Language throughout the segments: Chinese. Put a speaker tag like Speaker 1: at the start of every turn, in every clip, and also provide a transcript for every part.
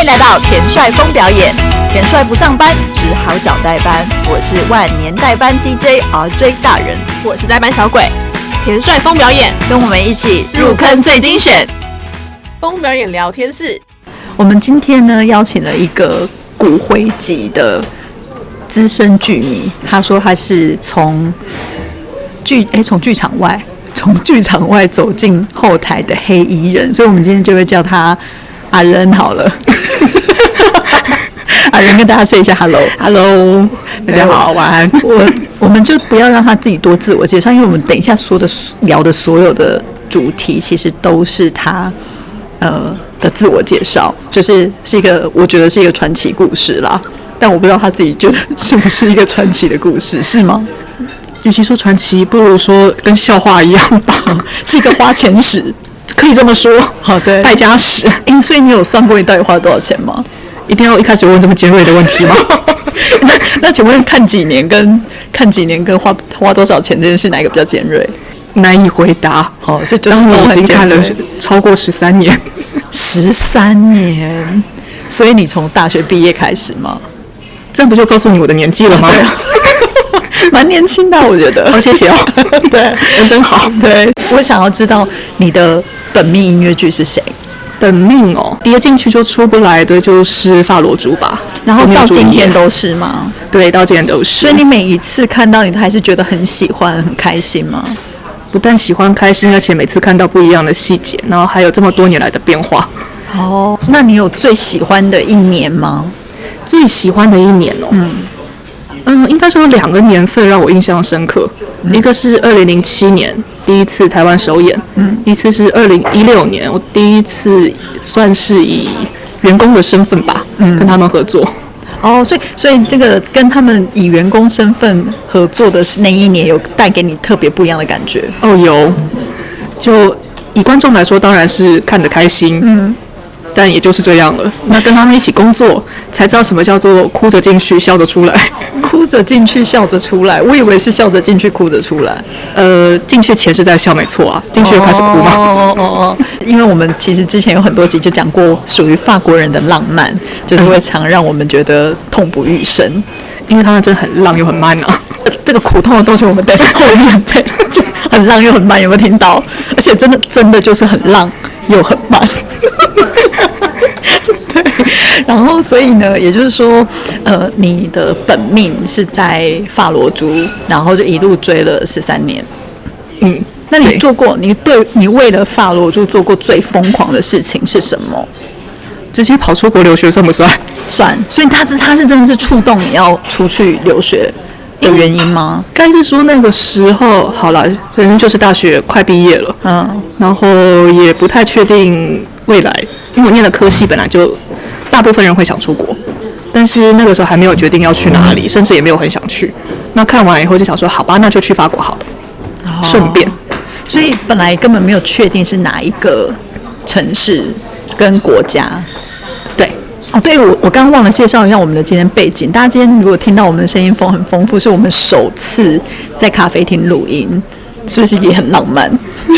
Speaker 1: 迎来到田帅峰表演。田帅不上班，只好找代班。我是万年代班 DJ RJ 大人，
Speaker 2: 我是代班小鬼。田帅风表演，
Speaker 1: 跟我们一起入坑最精选。
Speaker 2: 风表演聊天室，
Speaker 1: 我们今天呢邀请了一个骨灰级的资深剧迷，他说他是从剧诶从剧场外 从剧场外走进后台的黑衣人，所以我们今天就会叫他阿仁好了。 阿仁啊跟大家 say 一下 hello，hello，大家好，晚安。
Speaker 3: 哎
Speaker 1: 我我们就不要让他自己多自我介绍，因为我们等一下说的聊的所有的主题，其实都是他呃的自我介绍，就是是一个我觉得是一个传奇故事啦。但我不知道他自己觉得是不是一个传奇的故事，是吗？
Speaker 3: 与其说传奇，不如说跟笑话一样 吧，是一个花钱史，可以这么说。
Speaker 1: 好的
Speaker 3: 败家史，
Speaker 1: 哎，哦所以你有算过你到底花了多少钱吗？
Speaker 3: 一定要一开始问这么尖锐 的问题吗？
Speaker 1: 那那请问看几年跟看几年跟花花多少钱这件事哪一个比较尖锐？
Speaker 3: 难以回答。
Speaker 1: 哦，所以就是
Speaker 3: 当
Speaker 1: 都
Speaker 3: 我已
Speaker 1: 很
Speaker 3: 经
Speaker 1: 尖
Speaker 3: 看了
Speaker 1: 锐
Speaker 3: 超过十三年，
Speaker 1: 十三年，所以你从大学毕业开始 吗？
Speaker 3: 这样不就告诉你我的年纪了吗？
Speaker 1: 蛮年轻的，我觉得。
Speaker 3: 好，谢谢 哦。
Speaker 1: 对，
Speaker 3: 人真好。
Speaker 1: 对，我想要知道你的本命音乐剧是谁，
Speaker 3: 本命哦，跌进去就出不来的就是发罗珠吧。
Speaker 1: 然后
Speaker 3: 我没有
Speaker 1: 到
Speaker 3: 注意
Speaker 1: 今天
Speaker 3: 耶
Speaker 1: 都是吗？
Speaker 3: 对，到今天都是。
Speaker 1: 所以你每一次看到你，都还是觉得很喜欢、很开心吗？
Speaker 3: 不但喜欢开心，而且每次看到不一样的细节，然后还有这么多年来的变化。
Speaker 1: 哦，那你有最喜欢的一年吗？
Speaker 3: 最喜欢的一年哦，嗯应该说有两个年份让我印象深刻，一个是二零零七年第一次台湾首演，嗯，一次是二零一六年我第一次算是以员工的身份吧，嗯，跟他们合作，
Speaker 1: 哦，所以所以这个跟他们以员工身份合作的是那一年，有带给你特别不一样的感觉。
Speaker 3: 哦有，就以观众来说当然是看得开心，嗯。但也就是这样了。那跟他们一起工作，才知道什么叫做哭着进去，笑着出来。
Speaker 1: 哭着进去，笑着出来。我以为是笑着进去，哭着出来。
Speaker 3: 呃，进去前是在笑，没错啊。进去就开始哭嘛。
Speaker 1: 哦哦哦哦！因为我们其实之前有很多集就讲过，属于法国人的浪漫，就是会常让我们觉得痛不欲生。
Speaker 3: 因为他们真的很浪又很慢 啊。
Speaker 1: 这这个苦痛的东西，我们等后面再讲。很浪又很慢，有没有听到？而且真的真的就是很浪又很慢。 对，然后所以呢，也就是说，呃，你的本命是在法罗珠，然后就一路追了十三年。
Speaker 3: 嗯，
Speaker 1: 那你
Speaker 3: 对
Speaker 1: 做过，你对你为了法罗珠做过最疯狂的事情是什么？
Speaker 3: 直接跑出国留学算不算？
Speaker 1: 算，所以他是他是真的是触动你要出去留学的原因吗？
Speaker 3: 该是说那个时候好了，反正就是大学快毕业了，
Speaker 1: 嗯，
Speaker 3: 然后也不太确定未来，因为我念的科系本来就大部分人会想出国，但是那个时候还没有决定要去哪里，甚至也没有很想去。那看完以后就想说，好吧，那就去法国好了，顺便。
Speaker 1: 所以本来根本没有确定是哪一个城市跟国家。
Speaker 3: 对，
Speaker 1: 哦，对我我刚刚忘了介绍一下我们的今天背景。大家今天如果听到我们的声音风很丰富，是我们首次在咖啡厅录音，是不是也很浪漫？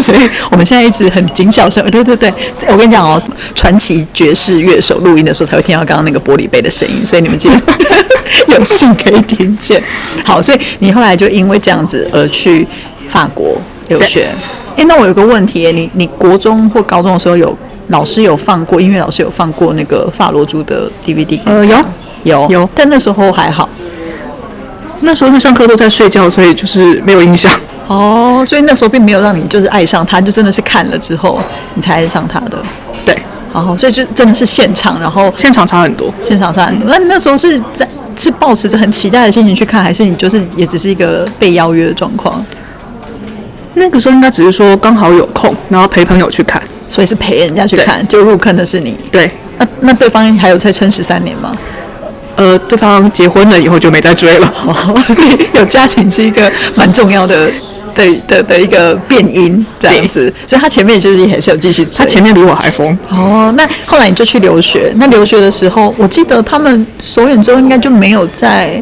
Speaker 1: 所以我们现在一直很谨小慎微。对对对，这我跟你讲哦，传奇爵士乐手录音的时候才会听到刚刚那个玻璃杯的声音，所以你们记得 有幸可以听见。好，所以你后来就因为这样子而去法国留学。哎，那我有个问题耶，你你国中或高中的时候有老师有放过音乐老师有放过那个法罗珠的 DVD？
Speaker 3: 呃，有
Speaker 1: 有
Speaker 3: 有
Speaker 1: 但那时候还好。
Speaker 3: 那时候因为上课都在睡觉，所以就是没有印象。
Speaker 1: 哦，所以那时候并没有让你就是爱上他，就真的是看了之后你才爱上他的。
Speaker 3: 对，
Speaker 1: 哦，所以就真的是现场，然后
Speaker 3: 现场差很多。
Speaker 1: 现场上很多。那你那时候是在是抱持着很期待的心情去看，还是你就是也只是一个被邀约的状况？
Speaker 3: 那个时候应该只是说刚好有空，然后陪朋友去看。
Speaker 1: 所以是陪人家去看，就入坑的是你。
Speaker 3: 对，
Speaker 1: 那那对方还有在撑十三年吗？
Speaker 3: 呃，对方结婚了以后就没再追了。
Speaker 1: 哦，所以有家庭是一个蛮重要的的的的一个变因，这样子。所以他前面就是也还是有继续追。
Speaker 3: 他前面比我还疯，
Speaker 1: 哦，那后来你就去留学。那留学的时候，我记得他们首演之后应该就没有在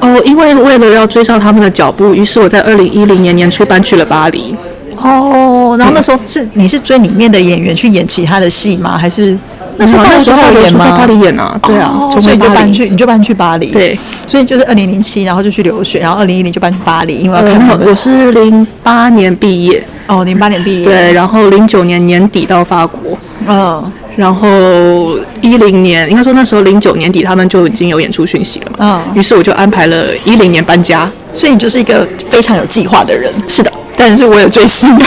Speaker 3: 哦，因为为了要追上他们的脚步，于是我在二零一零年年初搬去了巴黎。
Speaker 1: 哦。然后那时候是你是追里面的演员去演其他的戏吗？还是
Speaker 3: 那时
Speaker 1: 你
Speaker 3: 候巴
Speaker 1: 们那
Speaker 3: 黎
Speaker 1: 时候
Speaker 3: 巴
Speaker 1: 有
Speaker 3: 黎
Speaker 1: 演
Speaker 3: 演
Speaker 1: 吗
Speaker 3: 在巴黎演啊，对啊，
Speaker 1: 哦
Speaker 3: 就
Speaker 1: 所以
Speaker 3: 没
Speaker 1: 你就
Speaker 3: 巴
Speaker 1: 搬
Speaker 3: 黎。
Speaker 1: 去，你就搬去巴黎。
Speaker 3: 对，
Speaker 1: 所以就是二零零七，然后就去留学，然后二零一零就搬去巴黎，因为要
Speaker 3: 呃，
Speaker 1: 看
Speaker 3: 那
Speaker 1: 他
Speaker 3: 会
Speaker 1: 们。
Speaker 3: 我是零八年毕业，
Speaker 1: 哦，零八年毕业。，
Speaker 3: 对，然后零九年年底到法国，
Speaker 1: 嗯
Speaker 3: 然后一零年应该说那时候零九年底他们就已经有演出讯息了嘛，
Speaker 1: 嗯，
Speaker 3: 于是我就安排了一零年搬家。
Speaker 1: 所以你就是一个非常有计划的人。
Speaker 3: 是的，但是我有追星。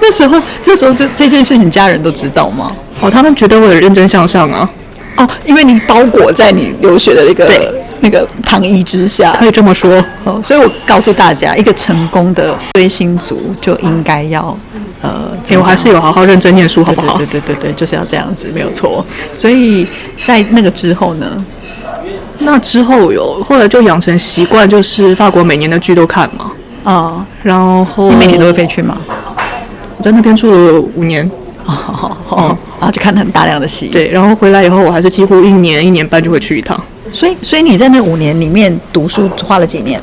Speaker 1: 那时候，这时候这这件事情家人都知道吗？
Speaker 3: 哦，他们觉得我很认真向上啊，
Speaker 1: 哦，因为你包裹在你留学的那个
Speaker 3: 对
Speaker 1: 那个糖衣之下，
Speaker 3: 可以这么说。
Speaker 1: 哦，所以我告诉大家，一个成功的追星族就应该要呃，
Speaker 3: 哎、我还是有好好认真念书，好
Speaker 1: 对
Speaker 3: 不好？
Speaker 1: 对对对对，就是要这样子，没有错。所以在那个之后呢，
Speaker 3: 那之后有后来就养成习惯，就是法国每年的剧都看嘛，
Speaker 1: 哦，
Speaker 3: 然后
Speaker 1: 你每年都会飞去吗？
Speaker 3: 我在那边住了五年，
Speaker 1: 哦，然后就看了很大量的戏。，
Speaker 3: 对，然后回来以后我还是几乎一年一年半就会去一趟。
Speaker 1: 所以所以你在那五年里面读书花了几年？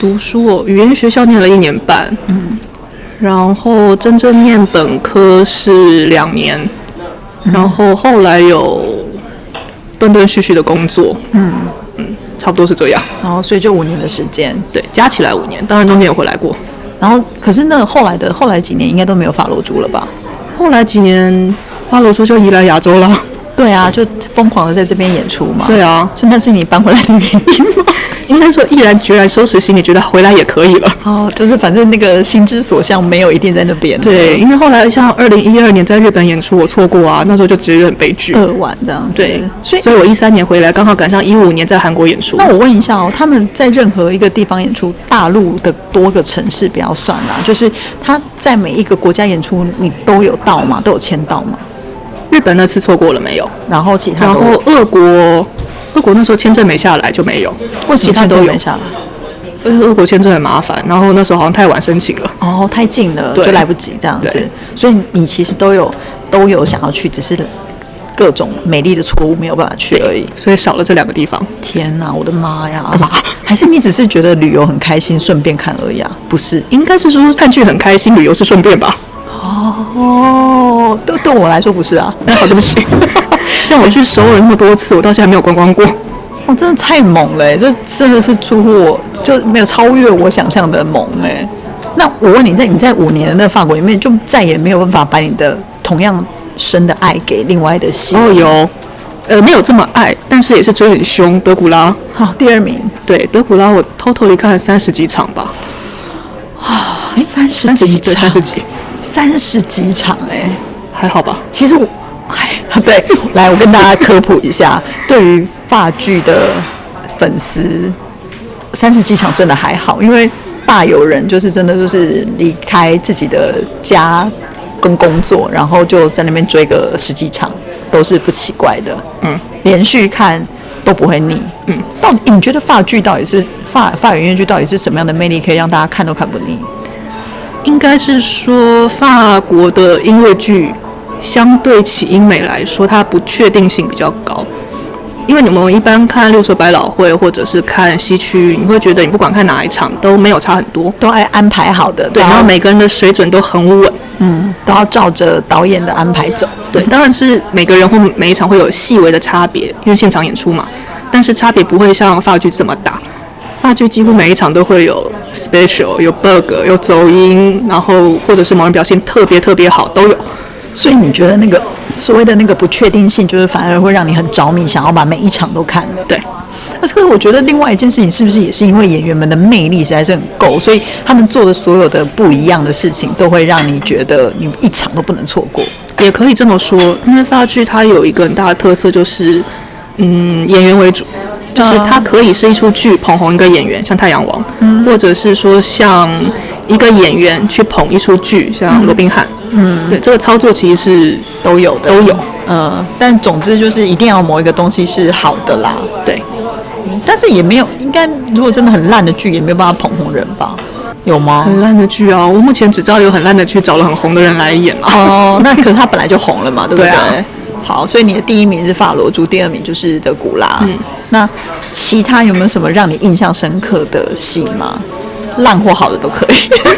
Speaker 3: 读书哦，语言学校念了一年半，嗯，然后真正念本科是两年，然后后来有断断续续的工作，嗯差不多是这样，
Speaker 1: 然后所以就五年的时间。
Speaker 3: 对，加起来五年，当然中间有回来过。
Speaker 1: 然后可是那后来的后来几年应该都没有法罗珠了吧？
Speaker 3: 后来几年，花罗珠就移来亚洲了，
Speaker 1: 对啊，就疯狂的在这边演出嘛。
Speaker 3: 对，啊，
Speaker 1: 所以那是你搬回来的原因吗？
Speaker 3: 应该说毅然决然收拾行李，觉得回来也可以了。
Speaker 1: 哦，就是反正那个心之所向没有一定在那边，
Speaker 3: 对，，因为后来像二零一二年在日本演出，我错过啊，那时候就觉得很悲剧。
Speaker 1: 二晚这样子。
Speaker 3: 哦对，
Speaker 1: 所
Speaker 3: 所
Speaker 1: 以
Speaker 3: 以我一三年回来，刚好赶上一五年在韩国演出。
Speaker 1: 那我问一下哦，他们在任何一个地方演出，大陆的多个城市不要算啦，就是他在每一个国家演出，你都有到吗？都有签到吗？
Speaker 3: 日本那次错过了没有？
Speaker 1: 然后其他
Speaker 3: 然
Speaker 1: 都
Speaker 3: 后俄国，俄国那时候签证没下来就没有，
Speaker 1: 为什
Speaker 3: 其
Speaker 1: 么
Speaker 3: 他
Speaker 1: 签
Speaker 3: 都
Speaker 1: 证
Speaker 3: 有
Speaker 1: 没。下来？
Speaker 3: 因为俄国签证很麻烦，然后那时候好像太晚申请了。
Speaker 1: 哦，太近了，
Speaker 3: 对
Speaker 1: 就来不及这样子
Speaker 3: 对。
Speaker 1: 所以你其实都有都有想要去，只是各种美丽的错误没有办法去而已。
Speaker 3: 所以少了这两个地方，
Speaker 1: 天哪，我的妈呀！还是你只是觉得旅游很开心，顺便看而已啊？不是
Speaker 3: 应该是说看剧很开心，旅游是顺便吧？
Speaker 1: 哦，对对我来说不是 啊，
Speaker 3: 哎，好，对不起，像我去首尔那么多次，我到现在没有观光过。
Speaker 1: 我、哦真的太猛了欸、这真的是出乎我就没有超越我想象的猛哎、那我问你在你在五年的那法国里面，就再也没有办法把你的同样深的爱给另外的心。
Speaker 3: 哦，有，呃，没有这么爱，但是也是追很凶。德古拉，
Speaker 1: 好，第二名，
Speaker 3: 对，德古拉我偷偷 l 看了三十几场吧，
Speaker 1: 三十
Speaker 3: 三十
Speaker 1: 几
Speaker 3: 几，对，三
Speaker 1: 场
Speaker 3: 十，几，
Speaker 1: 三十几场哎、
Speaker 3: 还好吧？
Speaker 1: 其实我，哎，对，来，我跟大家科普一下， 对于法剧的粉丝，三十几场真的还好，因为大有人就是真的就是离开自己的家跟工作，然后就在那边追个十几场，都是不奇怪的。嗯，连续看都不会腻。嗯，到底你觉得法剧到底是法法语音乐剧到底是什么样的魅力，可以让大家看都看不腻？
Speaker 3: 应该是说法国的音乐剧相对起英美来说，它不确定性比较高。因为你们一般看六说百老汇或者是看西区，你会觉得你不管看哪一场都没有差很多，
Speaker 1: 都爱安排好的，
Speaker 3: 对，然后
Speaker 1: 每
Speaker 3: 每个人的水准都很稳，
Speaker 1: 嗯都要照着导演的安排走。
Speaker 3: 对，当然是每个人或每一场会有细微的差别，因为现场演出嘛，但是差别不会像法剧这么大。法剧几乎每一场都会有 special，有 bug，有走音，然后或者是某人表现特别特别好都有。
Speaker 1: 所以你觉得那个所谓的那个不确定性，就是反而会让你很着迷，想要把每一场都看了。
Speaker 3: 对，
Speaker 1: 那这个我觉得另外一件事情是不是也是因为演员们的魅力实在是很够，所以他们做的所有的不一样的事情，都会让你觉得你一场都不能错过。
Speaker 3: 也可以这么说，因为法剧它有一个很大的特色就是，嗯，演员为主，就是它可以是一出剧捧红一个演员，像《太阳王》或者是说像一个演员去捧一出剧，像《罗宾汉》。嗯，对，这个操作其实是都有的，都有。
Speaker 1: 嗯，但总之就是一定要某一个东西是好的啦，
Speaker 3: 对，
Speaker 1: 但是也没有，应该如果真的很烂的剧，也没有办法捧红人吧？有吗？
Speaker 3: 很烂的剧啊，我目前只知道有很烂的剧找了很红的人来演 啊。
Speaker 1: 哦，那可是他本来就红了嘛，对不对？
Speaker 3: 对啊
Speaker 1: 好，所以你的第一名是法罗珠，第二名就是德古拉。嗯，那其他有没有什么 让你印象深刻的戏吗？烂或好的都可以。
Speaker 3: 这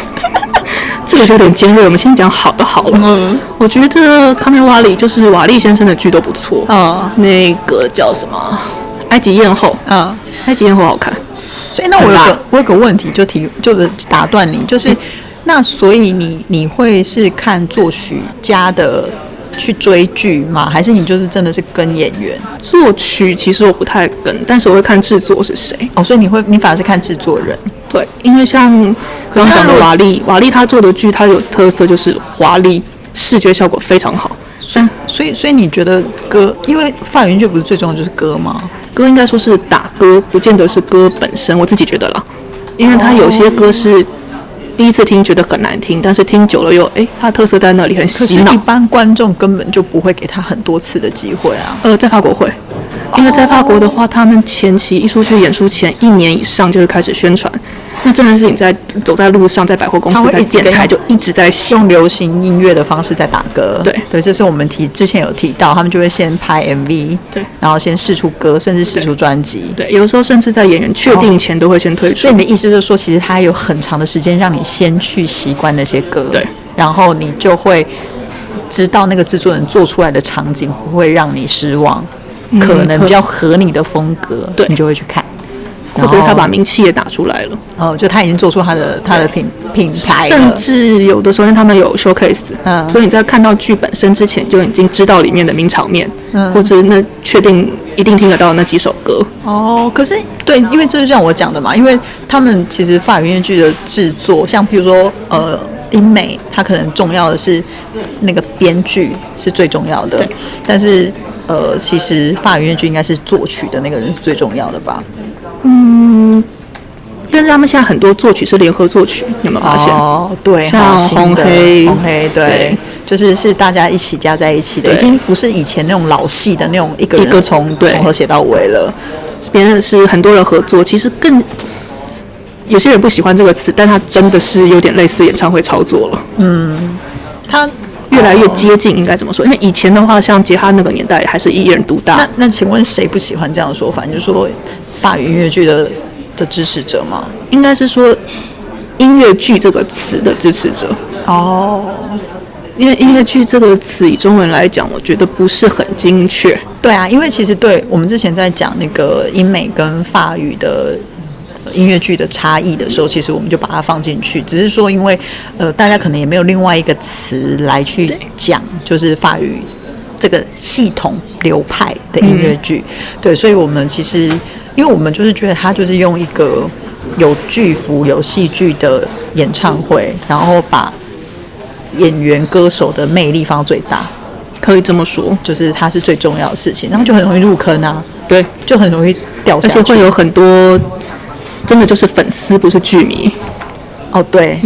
Speaker 3: 这个就有点尖锐，我们先讲好的好了。
Speaker 1: 嗯
Speaker 3: 我觉得卡梅瓦里就是瓦利先生的剧都不错。
Speaker 1: 嗯
Speaker 3: 那个叫什么？埃及艳后，
Speaker 1: 嗯。
Speaker 3: 埃及艳后好看。
Speaker 1: 所以那我有
Speaker 3: 很辣
Speaker 1: 个我有个问题，就提就是打断你，就是、那所以你你会是看作曲家的去追剧吗？还是你就是真的是跟演员？
Speaker 3: 作曲其实我不太跟，但是我会看制作是谁。
Speaker 1: 哦，所以你会你反而是看制作人
Speaker 3: 对，因为像刚刚讲的瓦力，瓦力他做的剧，它有特色就是华丽，视觉效果非常好。虽然
Speaker 1: 所以所以你觉得歌，因为法语乐不是最重要的就是歌吗？
Speaker 3: 歌应该说是打歌，不见得是歌本身，我自己觉得啦，因为它有些歌是第一次听觉得很难听，但是听久了又哎，它的特色在那里，很
Speaker 1: 可是，
Speaker 3: 洗脑
Speaker 1: 一。般观众根本就不会给他很多次的机会啊。
Speaker 3: 呃，在法国会，因为在法国的话，他们前期一出去演出前一年以上就会开始宣传，那真的是你在走在路上，在百货公
Speaker 1: 他
Speaker 3: 司，
Speaker 1: 会
Speaker 3: 在
Speaker 1: 一直
Speaker 3: 电
Speaker 1: 给你
Speaker 3: 台就一直在洗。
Speaker 1: 用流行音乐的方式在打歌，
Speaker 3: 对
Speaker 1: 对，这是我们提之前有提到，他们就会先拍 MV，
Speaker 3: 对
Speaker 1: 然后先试出歌，甚至试出专辑，
Speaker 3: 对，有的时候甚至在演员确定前都会先推出
Speaker 1: 哦所以。你的意思就是说，其实它有很长的时间让你先去习惯那些歌，
Speaker 3: 对，
Speaker 1: 然后你就会知道那个制作人做出来的场景不会让你失望，可能比较合你的风格，
Speaker 3: 嗯对
Speaker 1: 你就会去看。
Speaker 3: 或者
Speaker 1: 然后
Speaker 3: 他把名气也打出来了，
Speaker 1: 哦，就他已经做出他的他的品品牌
Speaker 3: 甚
Speaker 1: 了，
Speaker 3: 至有的时候因为他们有 showcase，、
Speaker 1: 啊嗯
Speaker 3: 所以你在看到剧本身之前就已经知道里面的名场面，
Speaker 1: 嗯
Speaker 3: 或者那确定一定听得到那几首歌。
Speaker 1: 哦，可是对，因为这就像我讲的嘛，因为他们其实法语音乐剧的制作，像譬如说呃英美，它可能重要的是那个编剧是最重要的
Speaker 3: 对，
Speaker 1: 但是呃，其实法语音乐剧应该是作曲的那个人是最重要的吧？
Speaker 3: 但是他们现在很多作曲是联合作曲，你有没有发现？
Speaker 1: 哦，对，
Speaker 3: 像
Speaker 1: 好新的
Speaker 3: 红黑
Speaker 1: 红黑对。
Speaker 3: 对
Speaker 1: 就是是大家一起加在一起的，
Speaker 3: 对
Speaker 1: 已经不是以前那种老戏的那种一个人
Speaker 3: 一个
Speaker 1: 从
Speaker 3: 对
Speaker 1: 从头写到尾了。
Speaker 3: 别人是很多人合作，其实更有些人不喜欢这个词，但它真的是有点类似演唱会操作了，
Speaker 1: 他
Speaker 3: 越来越接近，应该怎么说？因为以前的话，像杰哈那个年代还是一人独大，
Speaker 1: 那那请问谁不喜欢这样的说法？你就说法语音乐剧的的支持者吗？
Speaker 3: 应该是说音乐剧这个词的支持者，
Speaker 1: 哦，
Speaker 3: 因为音乐剧这个词以中文来讲，我觉得不是很精确。
Speaker 1: 对啊，因为其实对我们之前在讲那个英美跟法语的。呃音乐剧的差异的时候，其实我们就把它放进去，只是说因为呃，大家可能也没有另外一个词来去讲，就是法语这个系统流派的音乐剧，对，所以我们其实因为我们就是觉得它就是用一个有剧服、有戏剧的演唱会，然后把演员歌手的魅力放到最大，
Speaker 3: 可以这么说，
Speaker 1: 就是它是最重要的事情，然后就很容易入坑啊，
Speaker 3: 对，
Speaker 1: 就很容易掉下
Speaker 3: 而
Speaker 1: 去。
Speaker 3: 且会有很多真的就是粉丝，不是剧迷，
Speaker 1: 哦，对，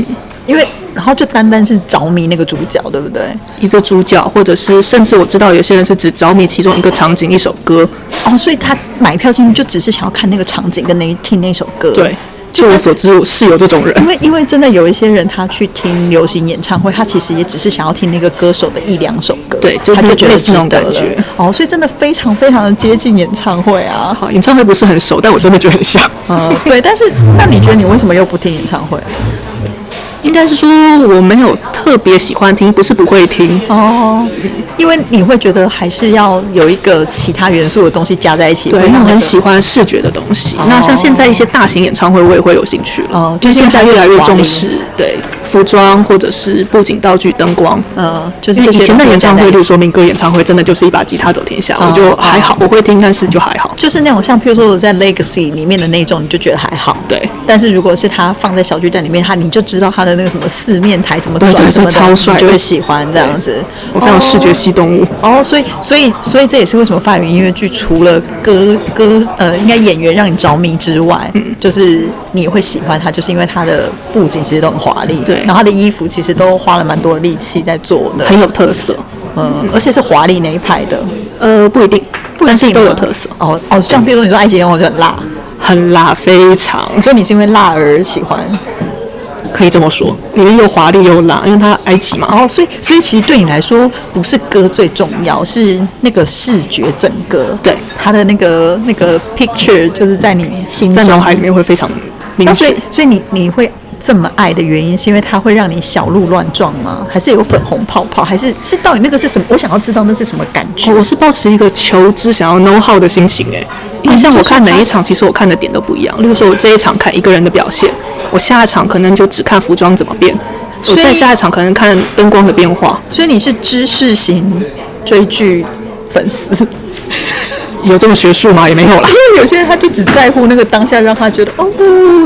Speaker 1: 因为然后就单单是着迷那个主角，对不对？
Speaker 3: 一个主角，或者是甚至我知道有些人是只着迷其中一个场景、一首歌，
Speaker 1: 哦，所以他买票进去就只是想要看那个场景跟那一听那首歌。
Speaker 3: 对，据我所知，我是有这种人
Speaker 1: 因。为因为真的有一些人，他去听流行演唱会，他其实也只是想要听那个歌手的一两首歌，
Speaker 3: 对就
Speaker 1: 他就觉得
Speaker 3: 类似那种
Speaker 1: 值得了
Speaker 3: 感觉。
Speaker 1: 哦，所以真的非常非常的接近演唱会啊。
Speaker 3: 好，演唱会不是很熟，但我真的觉得很像。
Speaker 1: 嗯，对。但是那你觉得你为什么又不听演唱会？ 啊
Speaker 3: 应该是说我没有特别喜欢听，不是不会听，
Speaker 1: 哦，因为你会觉得还是要有一个其他元素的东西加在一起，
Speaker 3: 对，
Speaker 1: 会
Speaker 3: 那
Speaker 1: 让
Speaker 3: 我
Speaker 1: 那
Speaker 3: 很
Speaker 1: 个
Speaker 3: 喜欢视觉的东西。那像现在一些大型演唱会，我也会有兴趣了。
Speaker 1: 哦
Speaker 3: 就是现在越来越重
Speaker 1: 就是
Speaker 3: 视对服装或者是布景、道具、灯光。
Speaker 1: 呃，就是
Speaker 3: 因为
Speaker 1: 这
Speaker 3: 以
Speaker 1: 些
Speaker 3: 前
Speaker 1: 东
Speaker 3: 的
Speaker 1: 西
Speaker 3: 演唱
Speaker 1: 加在
Speaker 3: 会，
Speaker 1: 一
Speaker 3: 例如
Speaker 1: 起
Speaker 3: 说民歌演唱会，真的就是一把吉他走天下，
Speaker 1: 哦
Speaker 3: 我就还好，我会听，但是就还哦好。
Speaker 1: 就是那种像，譬如说我在 Legacy 里面的那种，你就觉得还好。
Speaker 3: 对。
Speaker 1: 但是如果是他放在小巨蛋里面，他你就知道他的那个什么四面台怎么转
Speaker 3: 对对
Speaker 1: 什么的，
Speaker 3: 对超帅
Speaker 1: 你就会喜欢这样子。
Speaker 3: 我非常视觉系动物。
Speaker 1: 哦，所以所以所以这也是为什么法语音乐剧除了歌歌呃，应该演员让你着迷之外，
Speaker 3: 嗯
Speaker 1: 就是你也会喜欢它，就是因为它的布景其实都很华丽，
Speaker 3: 对
Speaker 1: 然后它的衣服其实都花了蛮多的力气在做的，
Speaker 3: 很有特色。
Speaker 1: 嗯，而且是华丽那一派的，
Speaker 3: 呃，不一定，但是都有特色，
Speaker 1: 哦哦，像比如说你说埃及艳后就很辣，
Speaker 3: 很辣，非常
Speaker 1: 所以你是因为辣而喜欢，
Speaker 3: 可以这么说，里面又华丽又辣，因为它埃及嘛。
Speaker 1: 哦，所以所以其实对你来说不是歌最重要，是那个视觉整个
Speaker 3: 对
Speaker 1: 它的那个
Speaker 3: 嗯
Speaker 1: 那个 picture 就是在你心中
Speaker 3: 在脑海里面会非常明
Speaker 1: 那所
Speaker 3: 确
Speaker 1: 以。，所以你你会这么爱的原因，是因为它会让你小鹿乱撞吗？还是有粉红泡泡？还是是到底那个是什么？我想要知道那是什么感觉。
Speaker 3: 我是抱持一个求知、想要 know how 的心情哎，因为像我看每一场，其实我看的点都不一样。例如说，我这一场看一个人的表现，我下一场可能就只看服装怎么变，我
Speaker 1: 所以
Speaker 3: 再下一场可能看灯光的变化，
Speaker 1: 所以你是知识型追剧粉丝，因
Speaker 3: 有这么学术吗？也没 有啦。
Speaker 1: 为有些人他就只在乎那个当下，让他觉得哦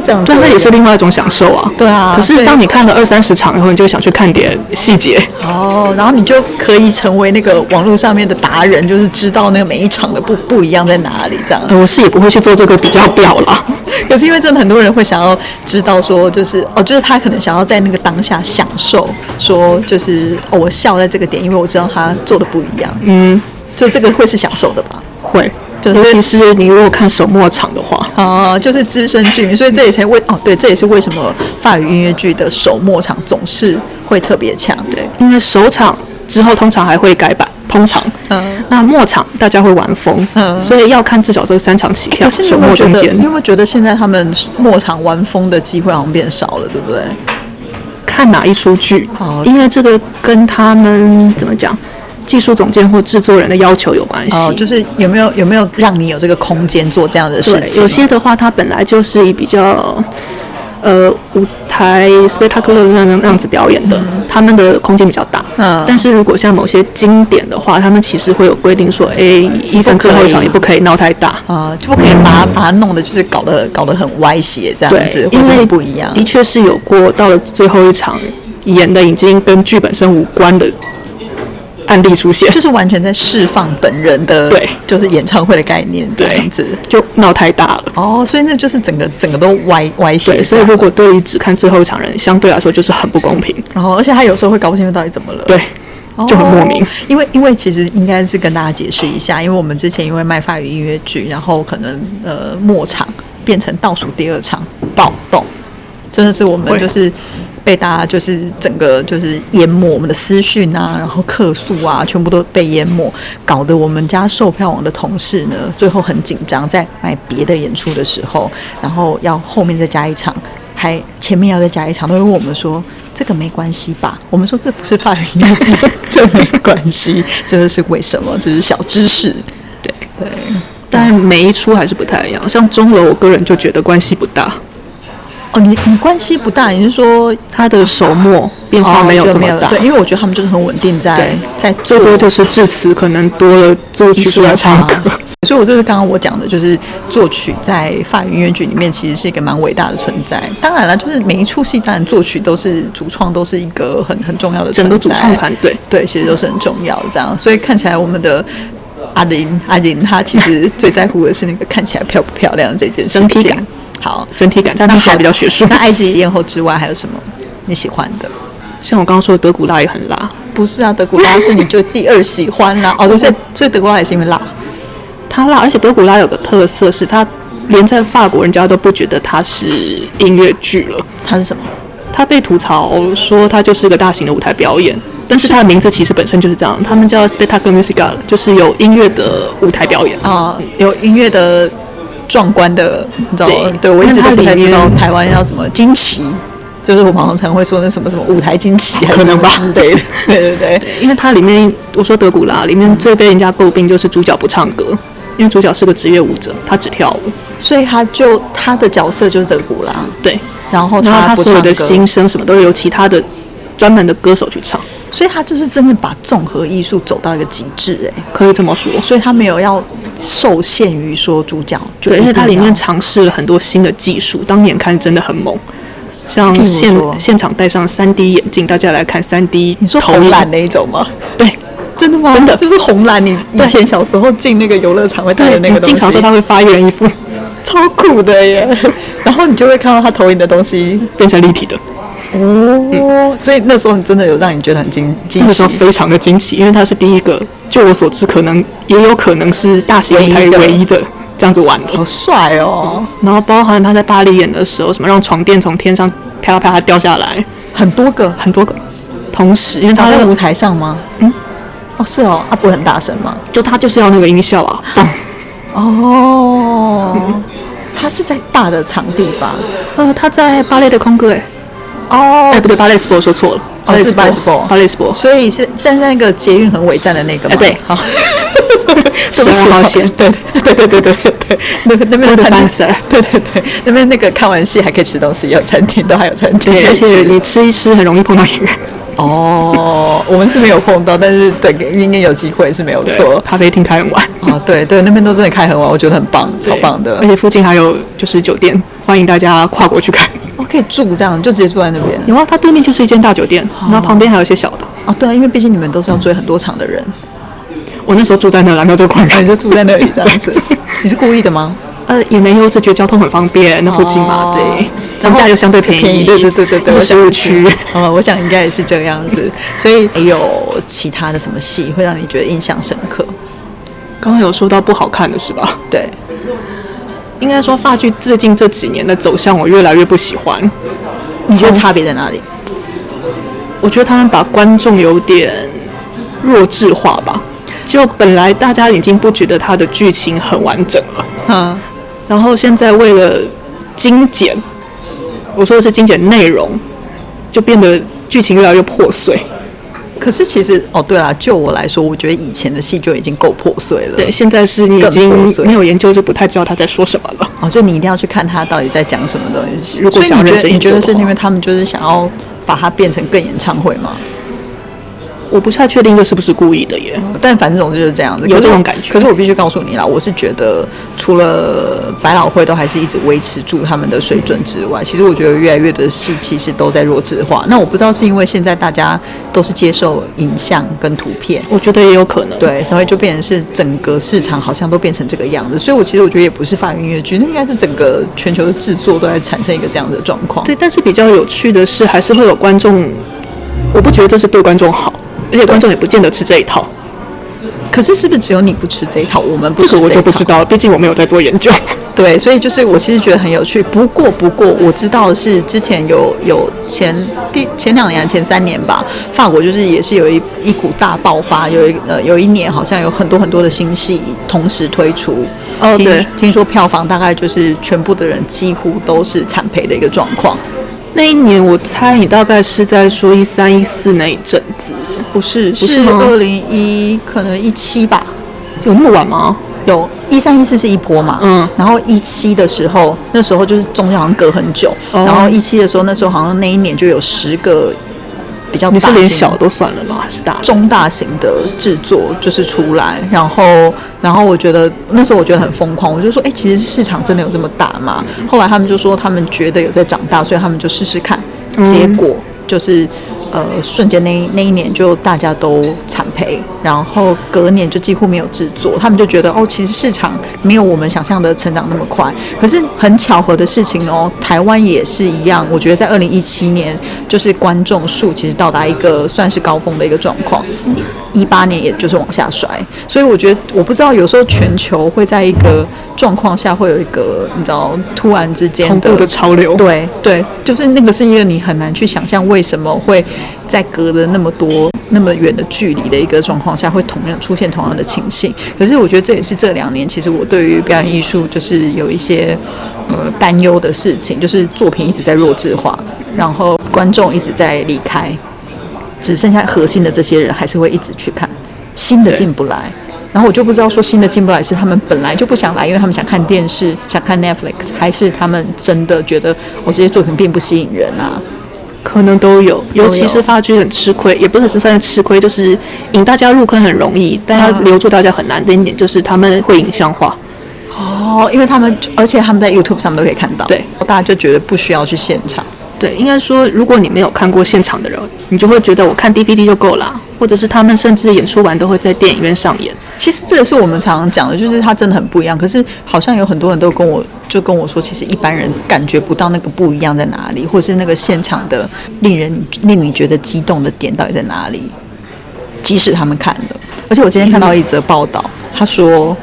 Speaker 1: 这样子。
Speaker 3: 但那也是另外一种享受啊。
Speaker 1: 对啊
Speaker 3: 可
Speaker 1: 所
Speaker 3: 是
Speaker 1: 以
Speaker 3: 当你看了二三十场以后，你就会想去看点细节。
Speaker 1: 哦，然后你就可以成为那个网络上面的达人，就是知道那个每一场的不不一样在哪里这样。
Speaker 3: 呃我是也不会去做这个比较表啦。
Speaker 1: 可是因为真的很多人会想要知道说，就是哦，就是他可能想要在那个当下享受，说就是哦，我笑在这个点，因为我知道他做的不一样。嗯，就这个会是享受的吧？
Speaker 3: 会，
Speaker 1: 就是
Speaker 3: 尤其是你如果看首末场的话，
Speaker 1: 哦，就是资深剧迷，所以这也才为哦，对，这也是为什么法语音乐剧的首末场总是会特别强，对，
Speaker 3: 因为首场之后通常还会改版，通常，
Speaker 1: 嗯，
Speaker 3: 那末场大家会玩疯，
Speaker 1: 嗯
Speaker 3: 所以要看至少这三场起跳，
Speaker 1: 可是你
Speaker 3: 首
Speaker 1: 有没
Speaker 3: 末
Speaker 1: 有觉
Speaker 3: 中
Speaker 1: 得，
Speaker 3: 间
Speaker 1: 你有没有觉得现在他们末场玩疯的机会好像变少了，对不对？
Speaker 3: 看哪一出剧
Speaker 1: 哦，
Speaker 3: 因为这个跟他们怎么讲，技术总监或制作人的要求有关系。
Speaker 1: 哦，就是有没有有没有让你有这个空间做这样的事
Speaker 3: 对，
Speaker 1: 情？啊
Speaker 3: 有些的话，它本来就是以比较呃舞台 spectacular 那那样子表演的，他们的空间比较大。
Speaker 1: 嗯
Speaker 3: 但是如果像某些经典的话，他们其实会有规定说，哎，一
Speaker 1: 不可以
Speaker 3: 份最后一场也不可以闹太大。
Speaker 1: 啊、就不可以把它把它弄得就是搞得搞得很歪斜这样子
Speaker 3: 对，，
Speaker 1: 或
Speaker 3: 因
Speaker 1: 者
Speaker 3: 为
Speaker 1: 是不一样
Speaker 3: 的确是有过到了最后一场演的已经跟剧本身无关的案例出现，
Speaker 1: 就是完全在释放本人的，
Speaker 3: 对
Speaker 1: 就是演唱会的概念这
Speaker 3: 对
Speaker 1: 样子。
Speaker 3: 就闹太大了。
Speaker 1: 哦，所以那就是整个整个都歪歪斜
Speaker 3: 对，
Speaker 1: 这
Speaker 3: 所以
Speaker 1: 样，
Speaker 3: 如果对于只看最后一场人，相对来说就是很不公平。
Speaker 1: 然后而且他有时候会搞不清楚到底怎么了，
Speaker 3: 对，就很莫名。
Speaker 1: 哦因为因为其实应该是跟大家解释一下，因为我们之前因为卖法语音乐剧，然后可能呃末场变成倒数第二场暴动，真的是我们
Speaker 3: 会
Speaker 1: 就是。被大家就是整个就是淹没我们的私讯啊，然后客诉啊，全部都被淹没，搞得我们家售票网的同事呢，最后很紧张，在买别的演出的时候，然后要后面再加一场，还前面要再加一场，都会问我们说这个没关系吧？我们说这不是法语音乐剧，这没关系，这是为什么？这是小知识。
Speaker 3: 对
Speaker 1: 对，
Speaker 3: 但每一出还是不太一样。像钟楼，我个人就觉得关系不大，
Speaker 1: 哦，你你关系不大，你是说
Speaker 3: 它的首末变化哦没有
Speaker 1: 就
Speaker 3: 这么大，
Speaker 1: 对，因为我觉得他们就是很稳定在
Speaker 3: 对
Speaker 1: 在
Speaker 3: 最
Speaker 1: 做
Speaker 3: 多就是致辞可能多了作曲出来唱歌。
Speaker 1: 所以，我这是刚刚我讲的，就是作曲在法语音乐剧里面其实是一个蛮伟大的存在。当然了，就是每一出戏，当然作曲都是主创，都是一个很很重要的存 在
Speaker 3: 整个主创团队，
Speaker 1: 对，其实都是很重要的这样。所以看起来我们的。阿林，阿林他其实最在乎的是那个看起来漂不漂亮这件事情。
Speaker 3: 整体感
Speaker 1: 好，
Speaker 3: 整体感，但
Speaker 1: 那
Speaker 3: 听起来
Speaker 1: 好
Speaker 3: 比较学术
Speaker 1: 那。埃及艳后之外还有什么你喜欢的？
Speaker 3: 像我刚刚说的，德古拉也很辣，
Speaker 1: 不是啊，德古拉是你就第二喜欢啦、哦，对，所以所以德古拉也是因为辣。
Speaker 3: 它辣，而且德古拉有个特色是它。连在法国人家都不觉得它是音乐剧了，
Speaker 1: 它是什么？
Speaker 3: 它被吐槽说它就是个大型的舞台表演，但是它的名字其实本身就是这样，他们叫 spectacle musical，就是有音乐的舞台表演。
Speaker 1: 啊、有音乐的壮观的，你知道吗？
Speaker 3: 对
Speaker 1: 对我一直都不太知
Speaker 3: 因
Speaker 1: 道
Speaker 3: 为它里面
Speaker 1: 台湾要怎么惊奇，就是我们好像常会说那什么什么舞台惊奇，
Speaker 3: 可能吧
Speaker 1: 之类的。对 对对，
Speaker 3: 因为它里面我说德古拉里面最被人家诟病就是主角不唱歌，因为主角是个职业舞者，他只跳舞。
Speaker 1: 所以他就他的角色就是德古拉，
Speaker 3: 对，
Speaker 1: 然后
Speaker 3: 然后他
Speaker 1: 不
Speaker 3: 所有
Speaker 1: 唱
Speaker 3: 的
Speaker 1: 歌
Speaker 3: 心声什么都由其他的专门的歌手去唱，
Speaker 1: 所以他就是真的把综合艺术走到一个极致、哎，
Speaker 3: 可以这么说。
Speaker 1: 所以他没有要受限于说主角就
Speaker 3: 对，
Speaker 1: 一
Speaker 3: 而
Speaker 1: 定
Speaker 3: 且它里
Speaker 1: 要
Speaker 3: 面尝试了很多新的技术，当年看真的很猛。像
Speaker 1: 譬如
Speaker 3: 现
Speaker 1: 说
Speaker 3: 现场戴上 3D 眼镜，大家来看 3D
Speaker 1: 你说
Speaker 3: 投影
Speaker 1: 红蓝那一种吗？
Speaker 3: 对
Speaker 1: 真的吗？
Speaker 3: 真的
Speaker 1: 就是红蓝，你以
Speaker 3: 对
Speaker 1: 前小时候进那个游乐场会带的那
Speaker 3: 对，
Speaker 1: 个
Speaker 3: 你
Speaker 1: 东西，
Speaker 3: 经常说他会发一人一副
Speaker 1: 超酷的耶！ 然后你就会看到他投影的东西
Speaker 3: 变成立体的，
Speaker 1: 哦，所以那时候你真的有让你觉得很惊惊
Speaker 3: 那时
Speaker 1: 喜
Speaker 3: 候。非常的惊喜，因为他是第一个，就我所知，可能也有可能是大型舞台
Speaker 1: 唯一的
Speaker 3: 唯一的这样子玩的
Speaker 1: 好。帅哦！
Speaker 3: 然后包含他在巴黎演的时候，什么让床垫从天上啪啦啪啦掉下来，
Speaker 1: 很多个，
Speaker 3: 很多个。同时，因为
Speaker 1: 他
Speaker 3: 他
Speaker 1: 在
Speaker 3: 的
Speaker 1: 舞台上吗？嗯，哦，是哦，啊，不会很大声吗？
Speaker 3: 就他就是要那个音效啊，嘣！
Speaker 1: 哦，他是在大的场地吧？
Speaker 3: 呃，他在芭蕾的空哥哎，
Speaker 1: 哦
Speaker 3: 哎、不对，巴雷斯波说错了，
Speaker 1: 哦是
Speaker 3: 巴雷斯
Speaker 1: Ballet Sport
Speaker 3: 巴雷斯波，
Speaker 1: 所以是站在那个捷运很尾站的那个吗？
Speaker 3: 哎对， 好，
Speaker 1: 对不起
Speaker 3: 十二号线，
Speaker 1: 对对对对对对对，那个那边的
Speaker 3: 我的
Speaker 1: 餐
Speaker 3: 班
Speaker 1: 厅
Speaker 3: 塞，
Speaker 1: 对对对，那边那个看完戏还可以吃东西，有餐厅都还有餐厅可以
Speaker 3: 对，而
Speaker 1: 吃，
Speaker 3: 且你吃一吃很容易碰到演员，
Speaker 1: 哦，我们是没有碰到，但是对，应该有机会是没有
Speaker 3: 对，
Speaker 1: 错。
Speaker 3: 咖啡厅开很晚，
Speaker 1: 哦，对对，那边都真的开很晚，我觉得很棒，超棒的
Speaker 3: 而。且附近还有就是酒店，欢迎大家跨国去看。
Speaker 1: 我哦可以住这样，就直接住在那边。
Speaker 3: 有啊，它对面就是一间大酒店，然后旁边还有一些小的。
Speaker 1: 哦，对啊，因为毕竟你们都是要追很多场的 人，
Speaker 3: 我那时候住在那了，没有这个困扰
Speaker 1: 啊你。就住在那里这样子。你是故意的吗？
Speaker 3: 呃，也没有，只觉得交通很方便，那附近嘛，
Speaker 1: 哦
Speaker 3: 对，
Speaker 1: 然
Speaker 3: 然
Speaker 1: 后
Speaker 3: 后价又相对便宜，
Speaker 1: 便宜对对对对对，
Speaker 3: 是食物 区。
Speaker 1: 呃，我想应该也是这个样子。所以还有其他的什么戏会让你觉得印象深刻？
Speaker 3: 刚刚有说到不好看的是吧？
Speaker 1: 对，
Speaker 3: 应该说法剧最近这几年的走向，我越来越不喜欢。嗯
Speaker 1: 你觉得差别在哪里？
Speaker 3: 我觉得他们把观众有点弱智化吧，就本来大家已经不觉得它的剧情很完整了，
Speaker 1: 嗯，
Speaker 3: 然后现在为了精简，我说的是精简内容，就变得剧情越来越破碎。
Speaker 1: 可是其实哦，对啦，就我来说，我觉得以前的戏就已经够破碎了。
Speaker 3: 对，，现在是你已
Speaker 1: 更
Speaker 3: 经
Speaker 1: 破碎
Speaker 3: 没有研究，就不太知道他在说什么了。
Speaker 1: 哦，就你一定要去看他到底在讲什么东西。
Speaker 3: 如果
Speaker 1: 所以
Speaker 3: 想
Speaker 1: 你
Speaker 3: 要
Speaker 1: 觉得
Speaker 3: 认真
Speaker 1: 你
Speaker 3: 研
Speaker 1: 觉
Speaker 3: 究
Speaker 1: 得
Speaker 3: 的
Speaker 1: 是因
Speaker 3: 话
Speaker 1: 为他们就是想要把它变成更演唱会吗？
Speaker 3: 我不太确定这是不是故意的耶。
Speaker 1: 但反正总之就是这样子，可
Speaker 3: 有
Speaker 1: 是
Speaker 3: 这种
Speaker 1: 我
Speaker 3: 感觉
Speaker 1: 可是我必须告诉你啦，我是觉得除了百老汇都还是一直维持住他们的水准之外，其实我觉得越来越多的戏其实都在弱智化。那我不知道是因为现在大家都是接受影像跟图片。
Speaker 3: 我觉得也有可能。，
Speaker 1: 对，所以就变成是整个市场好像都变成这个样子，所以我其实我觉得也不是法语音乐剧，那应该是整个全球的制作都在产生一个这样的状况。
Speaker 3: 对，但是比较有趣的是，还是会有观众，我不觉得这是对观众好，而且观众也不见得吃这一套。
Speaker 1: 可是是不是只有你不吃这一套，我们不
Speaker 3: 这
Speaker 1: 吃
Speaker 3: 个我
Speaker 1: 一
Speaker 3: 就不
Speaker 1: 套
Speaker 3: 知道了，毕竟我没有在做研究。
Speaker 1: 对，所以就是我其实觉得很有趣。不过，不过我知道是之前有有前第前两年、前三年吧，法国就是也是有一一股大爆发，有一呃有一年好像有很多很多的新戏同时推出。
Speaker 3: 哦
Speaker 1: 听
Speaker 3: 对
Speaker 1: 听说票房大概就是全部的人几乎都是惨赔的一个状况。
Speaker 3: 那一年，我猜你大概是在说一三一四那一阵子，
Speaker 1: 不是，
Speaker 3: 是
Speaker 1: 是
Speaker 3: 吗
Speaker 1: 二零一可能一七吧，
Speaker 3: 有那么晚吗？
Speaker 1: 有一三一四是一波嘛，
Speaker 3: 嗯
Speaker 1: 然后一七的时候，那时候就是中间好像隔很久，
Speaker 3: 哦
Speaker 1: 然后一七的时候，那时候好像那一年就有十个比较大
Speaker 3: 你是连
Speaker 1: 型
Speaker 3: 小都算了吗？还是大？
Speaker 1: 中大型的制作就是出来，然后然后我觉得那时候我觉得很疯狂，我就说，哎、其实市场真的有这么大吗？
Speaker 3: 嗯
Speaker 1: 后来他们就说他们觉得有在长大，所以他们就试试看，
Speaker 3: 嗯
Speaker 1: 结果就是。呃，瞬间那一那一年就大家都惨赔，然后隔年就几乎没有制作，他们就觉得哦，其实市场没有我们想象的成长那么快。可是很巧合的事情哦，台湾也是一样，我觉得在二零一七年，就是观众数其实到达一个算是高峰的一个状况，一八年也就是往下摔。所以我觉得我不知道，有时候全球会在一个状况下会有一个你知道突然之间
Speaker 3: 同步的潮流。
Speaker 1: 对对，就是那个是一个你很难去想象为什么会在隔了那么多那么远的距离的一个状况下，会同样出现同样的情形。可是我觉得这也是这两年，其实我对于表演艺术就是有一些呃担忧的事情，就是作品一直在弱智化，然后观众一直在离开，只剩下核心的这些人还是会一直去看，新的进不来。然后我就不知道说新的进不来是他们本来就不想来，因为他们想看电视、想看 Netflix，还是他们真的觉得我这些作品并不吸引人啊？
Speaker 3: 可能都有，
Speaker 1: 有
Speaker 3: 尤其是发剧很吃亏，也不是只算吃亏，就是引大家入坑很容易，但要留住大家很难的一点就是他们会影像化。
Speaker 1: 哦，因为他们而且他们在 YouTube 上面都可以看到，
Speaker 3: 对，
Speaker 1: 大家就觉得不需要去现场。
Speaker 3: 对，应该说，如果你没有看过现场的人，你就会觉得我看 DVD 就够了，啊或者是他们甚至演出完都会在电影院上演。
Speaker 1: 其实这也是我们常常讲的，就是它真的很不一样。可是好像有很多人都跟我就跟我说，其实一般人感觉不到那个不一样在哪里，或是那个现场的令人令你觉得激动的点到底在哪里。即使他们看了，而且我今天看到一则报道，他说，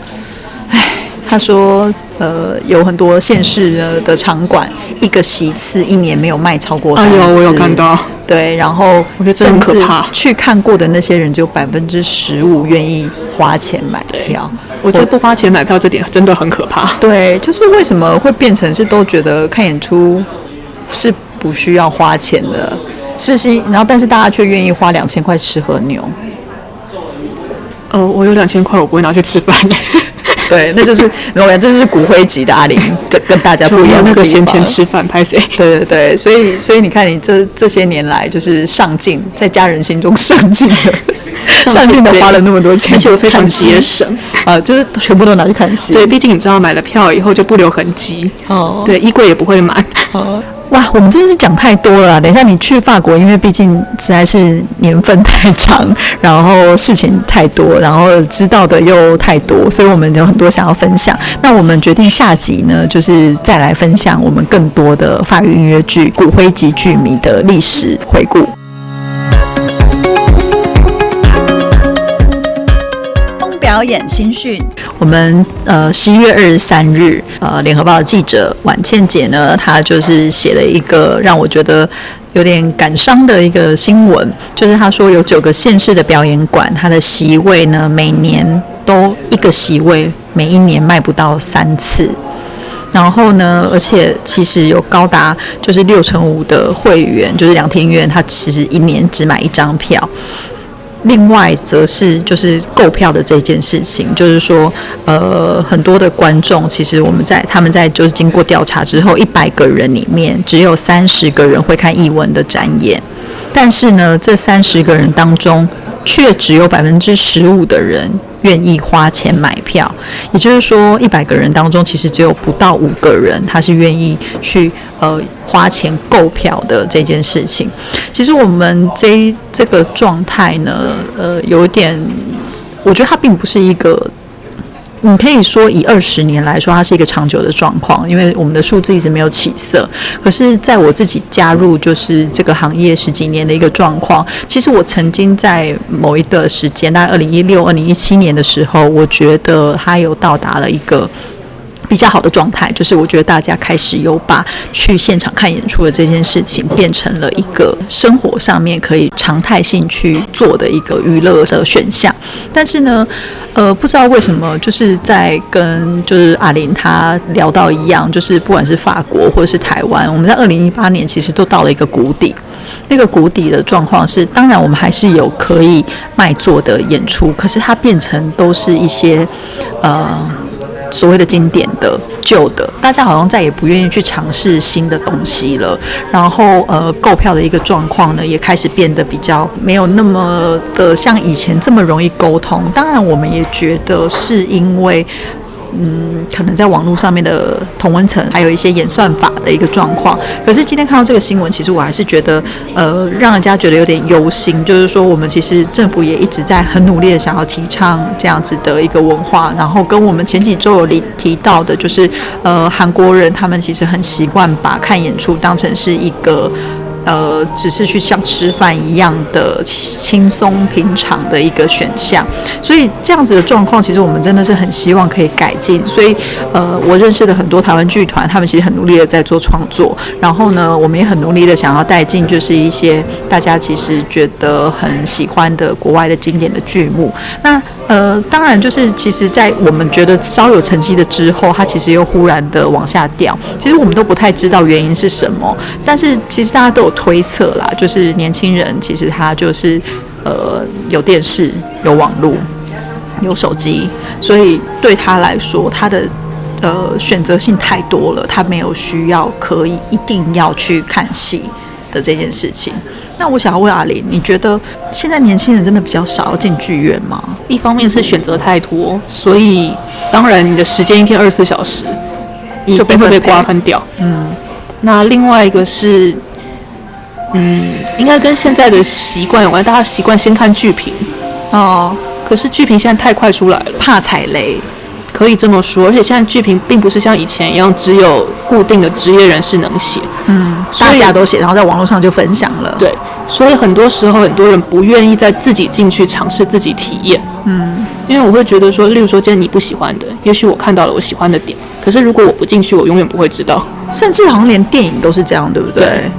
Speaker 1: 唉，他说，呃，有很多县市呢的场馆一个席次一年没有卖超
Speaker 3: 哎
Speaker 1: 过三次。
Speaker 3: 到，
Speaker 1: 对，然后
Speaker 3: 我觉得这很可怕
Speaker 1: 甚至去看过的那些人，只有百分之十五愿意花钱买票。
Speaker 3: 我觉得不花钱买票这点真的很可怕。
Speaker 1: 对，就是为什么会变成是都觉得看演出是不需要花钱的事情，然后但是大家却愿意花两千块吃和牛，
Speaker 3: 哦，我有两千块，我不会拿去吃 饭。
Speaker 1: 对，那就是 我感这就是骨灰级的阿玲，跟跟 大家不一样
Speaker 3: 有
Speaker 1: 的
Speaker 3: 那个
Speaker 1: 地
Speaker 3: 闲钱
Speaker 1: 方
Speaker 3: 吃饭，拍谁？
Speaker 1: 对对对，所以所以你看，你这这些年来就是上进，在家人心中上进的，上进的花了那么多钱，
Speaker 3: 而且我非常
Speaker 1: 看戏
Speaker 3: 节省。
Speaker 1: 啊，就是全部都拿去看戏。
Speaker 3: 对，毕竟你知道买了票以后就不留痕迹，
Speaker 1: 哦，
Speaker 3: 对，衣柜也不会满。
Speaker 1: 哇，我们真的是讲太多了啊。等一下你去法国，因为毕竟实在是年份太长， 然后事情太多，然后知道的又太多，所以我们有很多想要分享。那我们决定下集呢，就是再来分享我们更多的法语音乐剧《骨灰级剧迷》的历史回顾。风表演新讯，我们呃十一月二十三日，呃，联合报的记者婉倩姐呢，她呃就是写了一个让我觉得。有点感伤的一个新闻，就是她说有九个县市的表演馆，它的席位呢，每年都一个席位，每一年卖不到三次。然后呢，而且其实有高达就是六成五的会员，就是两厅院，他其实一年只买一张票。另外，则是就是购票的这件事情，就是说，呃，很多的观众其实我们在他们在就是经过调查之后，一百个人里面只有三十个人会看译文的展演，但是呢，这三十个人当中，却只有百分之十五的人愿意花钱买票，也就是说，一百个人当中，其实只有不到五个人他是愿意去呃花钱购票的这件事情。其实我们这一这个状态呢，呃，有一点，我觉得它并不是一个。你可以说以二十年来说，它是一个长久的状况，因为我们的数字一直没有起色。可是，在我自己加入就是这个行业十几年的一个状况，其实我曾经在某一个时间，大概二零一六、二零一七年的时候，我觉得它有到达了一个比较好的状态，就是我觉得大家开始有把去现场看演出的这件事情变成了一个生活上面可以常态性去做的一个娱乐的选项。但是呢，呃，不知道为什么，就是在跟就是阿林他聊到一样，就是不管是法国或者是台湾，我们在二零一八年其实都到了一个谷底。那个谷底的状况是，当然我们还是有可以卖座的演出，可是它变成都是一些呃所谓的经典的、旧的，大家好像再也不愿意去尝试新的东西了。然后呃，购票的一个状况呢，也开始变得比较没有那么的像以前这么容易沟通。当然，我们也觉得是因为。嗯，可能在网络上面的同温层，还有一些演算法的一个状况。可是今天看到这个新闻，其实我还是觉得，呃，让人家觉得有点忧心。就是说，我们其实政府也一直在很努力的想要提倡这样子的一个文化。然后跟我们前几周有提提到的，就是呃，韩国人他们其实很习惯把看演出当成是一个。呃，只是去像吃饭一样的轻松平常的一个选项，所以这样子的状况，其实我们真的是很希望可以改进。所以，呃，我认识的很多台湾剧团，他们其实很努力的在做创作，然后呢，我们也很努力的想要带进就是一些大家其实觉得很喜欢的国外的经典的剧目。那呃，当然就是其实，在我们觉得稍有成绩的之后，它其实又忽然的往下掉。其实我们都不太知道原因是什么，但是其实大家都有推测啦，就是年轻人其实他就是呃有电视、有网络、有手机，所以对他来说，他的呃选择性太多了，他没有需要可以一定要去看戏的这件事情。那我想要问阿林，你觉得现在年轻人真的比较少要进剧院吗？
Speaker 3: 一方面是选择太多，所以当然你的时间一天二十四小时，你
Speaker 1: 就
Speaker 3: 就
Speaker 1: 被
Speaker 3: 定会被
Speaker 1: 分配
Speaker 3: 瓜分掉。嗯，那另外一个是，嗯，应该跟现在的习惯有关，大家习惯先看剧评，
Speaker 1: 哦，
Speaker 3: 可是剧评现在太快出来了，
Speaker 1: 怕踩雷，
Speaker 3: 可以这么说，而且现在剧评并不是像以前一样只有固定的职业人士能写，
Speaker 1: 嗯，
Speaker 3: 所以
Speaker 1: 大家都写，然后在网络上就分享了。，
Speaker 3: 对，所以很多时候很多人不愿意再自己进去尝试自己体验。嗯，因为我会觉得说，例如说今天你不喜欢的，也许我看到了我喜欢的点，可是如果我不进去，我永远不会知道。
Speaker 1: 甚至好像连电影都是这样，对不对？
Speaker 3: 对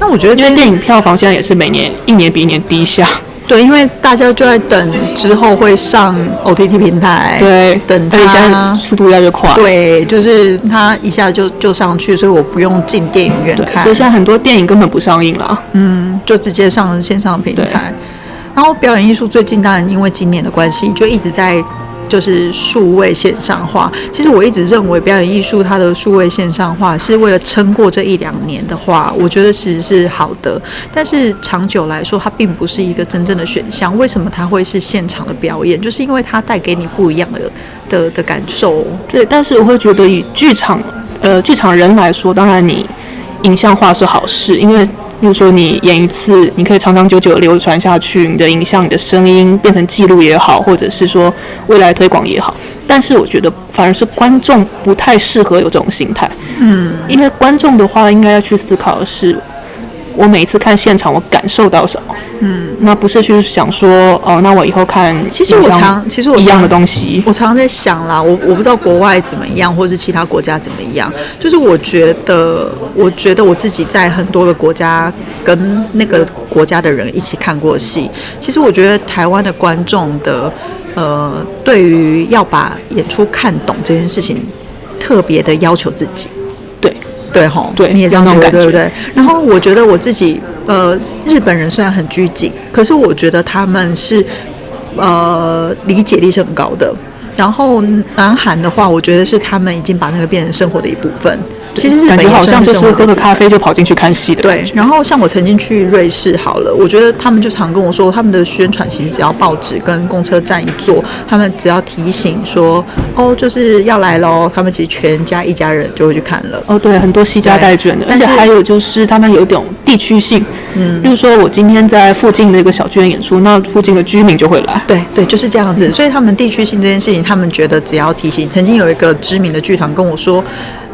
Speaker 1: 那我觉得
Speaker 3: 因
Speaker 1: 这
Speaker 3: 为电影票房现在也是每年一年比一年低下。
Speaker 1: 对，因为大家就在等之后会上 OTT 平台，
Speaker 3: 对，
Speaker 1: 哎等
Speaker 3: 而且现
Speaker 1: 它
Speaker 3: 在，速度越来越快，
Speaker 1: 对，就是它一下就就上去，所以我不用进电影院
Speaker 3: 对，
Speaker 1: 看
Speaker 3: 所以，现在很多电影根本不上映了，
Speaker 1: 嗯，就直接上线上平台。然后表演艺术最近当然因为今年的关系，就一直在就是数位线上化。其实我一直认为表演艺术它的数位线上化是为了撑过这一两年的话，我觉得其实是好的。但是长久来说，它并不是一个真正的选项。为什么它会是现场的表演？就是因为它带给你不一样的的的感受。
Speaker 3: 对，但是我会觉得以剧场，呃，剧场人来说，当然你影像化是好事，因为比如说你演一次，你可以长长久久地流传下去，你的影像、你的声音变成记录也好，或者是说未来推广也好。但是我觉得反而是观众不太适合有这种心态，嗯，因为观众的话应该要去思考的是，我每一次看现场我感受到什么，嗯，那不是去想说哦，那我以后看
Speaker 1: 其实我
Speaker 3: 影像
Speaker 1: 常其实我
Speaker 3: 一样的
Speaker 1: 常
Speaker 3: 东西，
Speaker 1: 我常常在想啦，我我不知道国外怎么样，或是其他国家怎么样。就是我觉得，我觉得我自己在很多个国家跟那个国家的人一起看过戏。其实我觉得台湾的观众的，呃，对于要把演出看懂这件事情，特别的要求自己。
Speaker 3: 对。
Speaker 1: 对吼，
Speaker 3: 对
Speaker 1: 你也这样
Speaker 3: 有
Speaker 1: 觉
Speaker 3: 那
Speaker 1: 得
Speaker 3: 种
Speaker 1: 对不
Speaker 3: 感觉
Speaker 1: 对？然后我觉得我自己，呃，日本人虽然很拘谨，可是我觉得他们是，呃，理解力是很高的。然后南韩的话，我觉得是他们已经把那个变成生活的一部分。其实日
Speaker 3: 感
Speaker 1: 本
Speaker 3: 觉
Speaker 1: 也
Speaker 3: 好像
Speaker 1: 算
Speaker 3: 就是
Speaker 1: 生活
Speaker 3: 喝
Speaker 1: 的
Speaker 3: 个咖啡就跑进去看戏的感
Speaker 1: 对
Speaker 3: 觉。，
Speaker 1: 然后像我曾经去瑞士好了，我觉得他们就常跟我说，他们的宣传其实只要报纸跟公车站一坐，他们只要提醒说哦就是要来喽，他们其实全家一家人就会去看了。
Speaker 3: 哦，对，很多西家
Speaker 1: 对
Speaker 3: 带卷的，
Speaker 1: 但
Speaker 3: 而且
Speaker 1: 是
Speaker 3: 还有就是他们有一种地区性，嗯，例如说我今天在附近的一个小剧院演出，那附近的居民就会来，
Speaker 1: 对对，就是这样子。所以他们地区性这件事情，他们觉得只要提醒。曾经有一个知名的剧团跟我说：“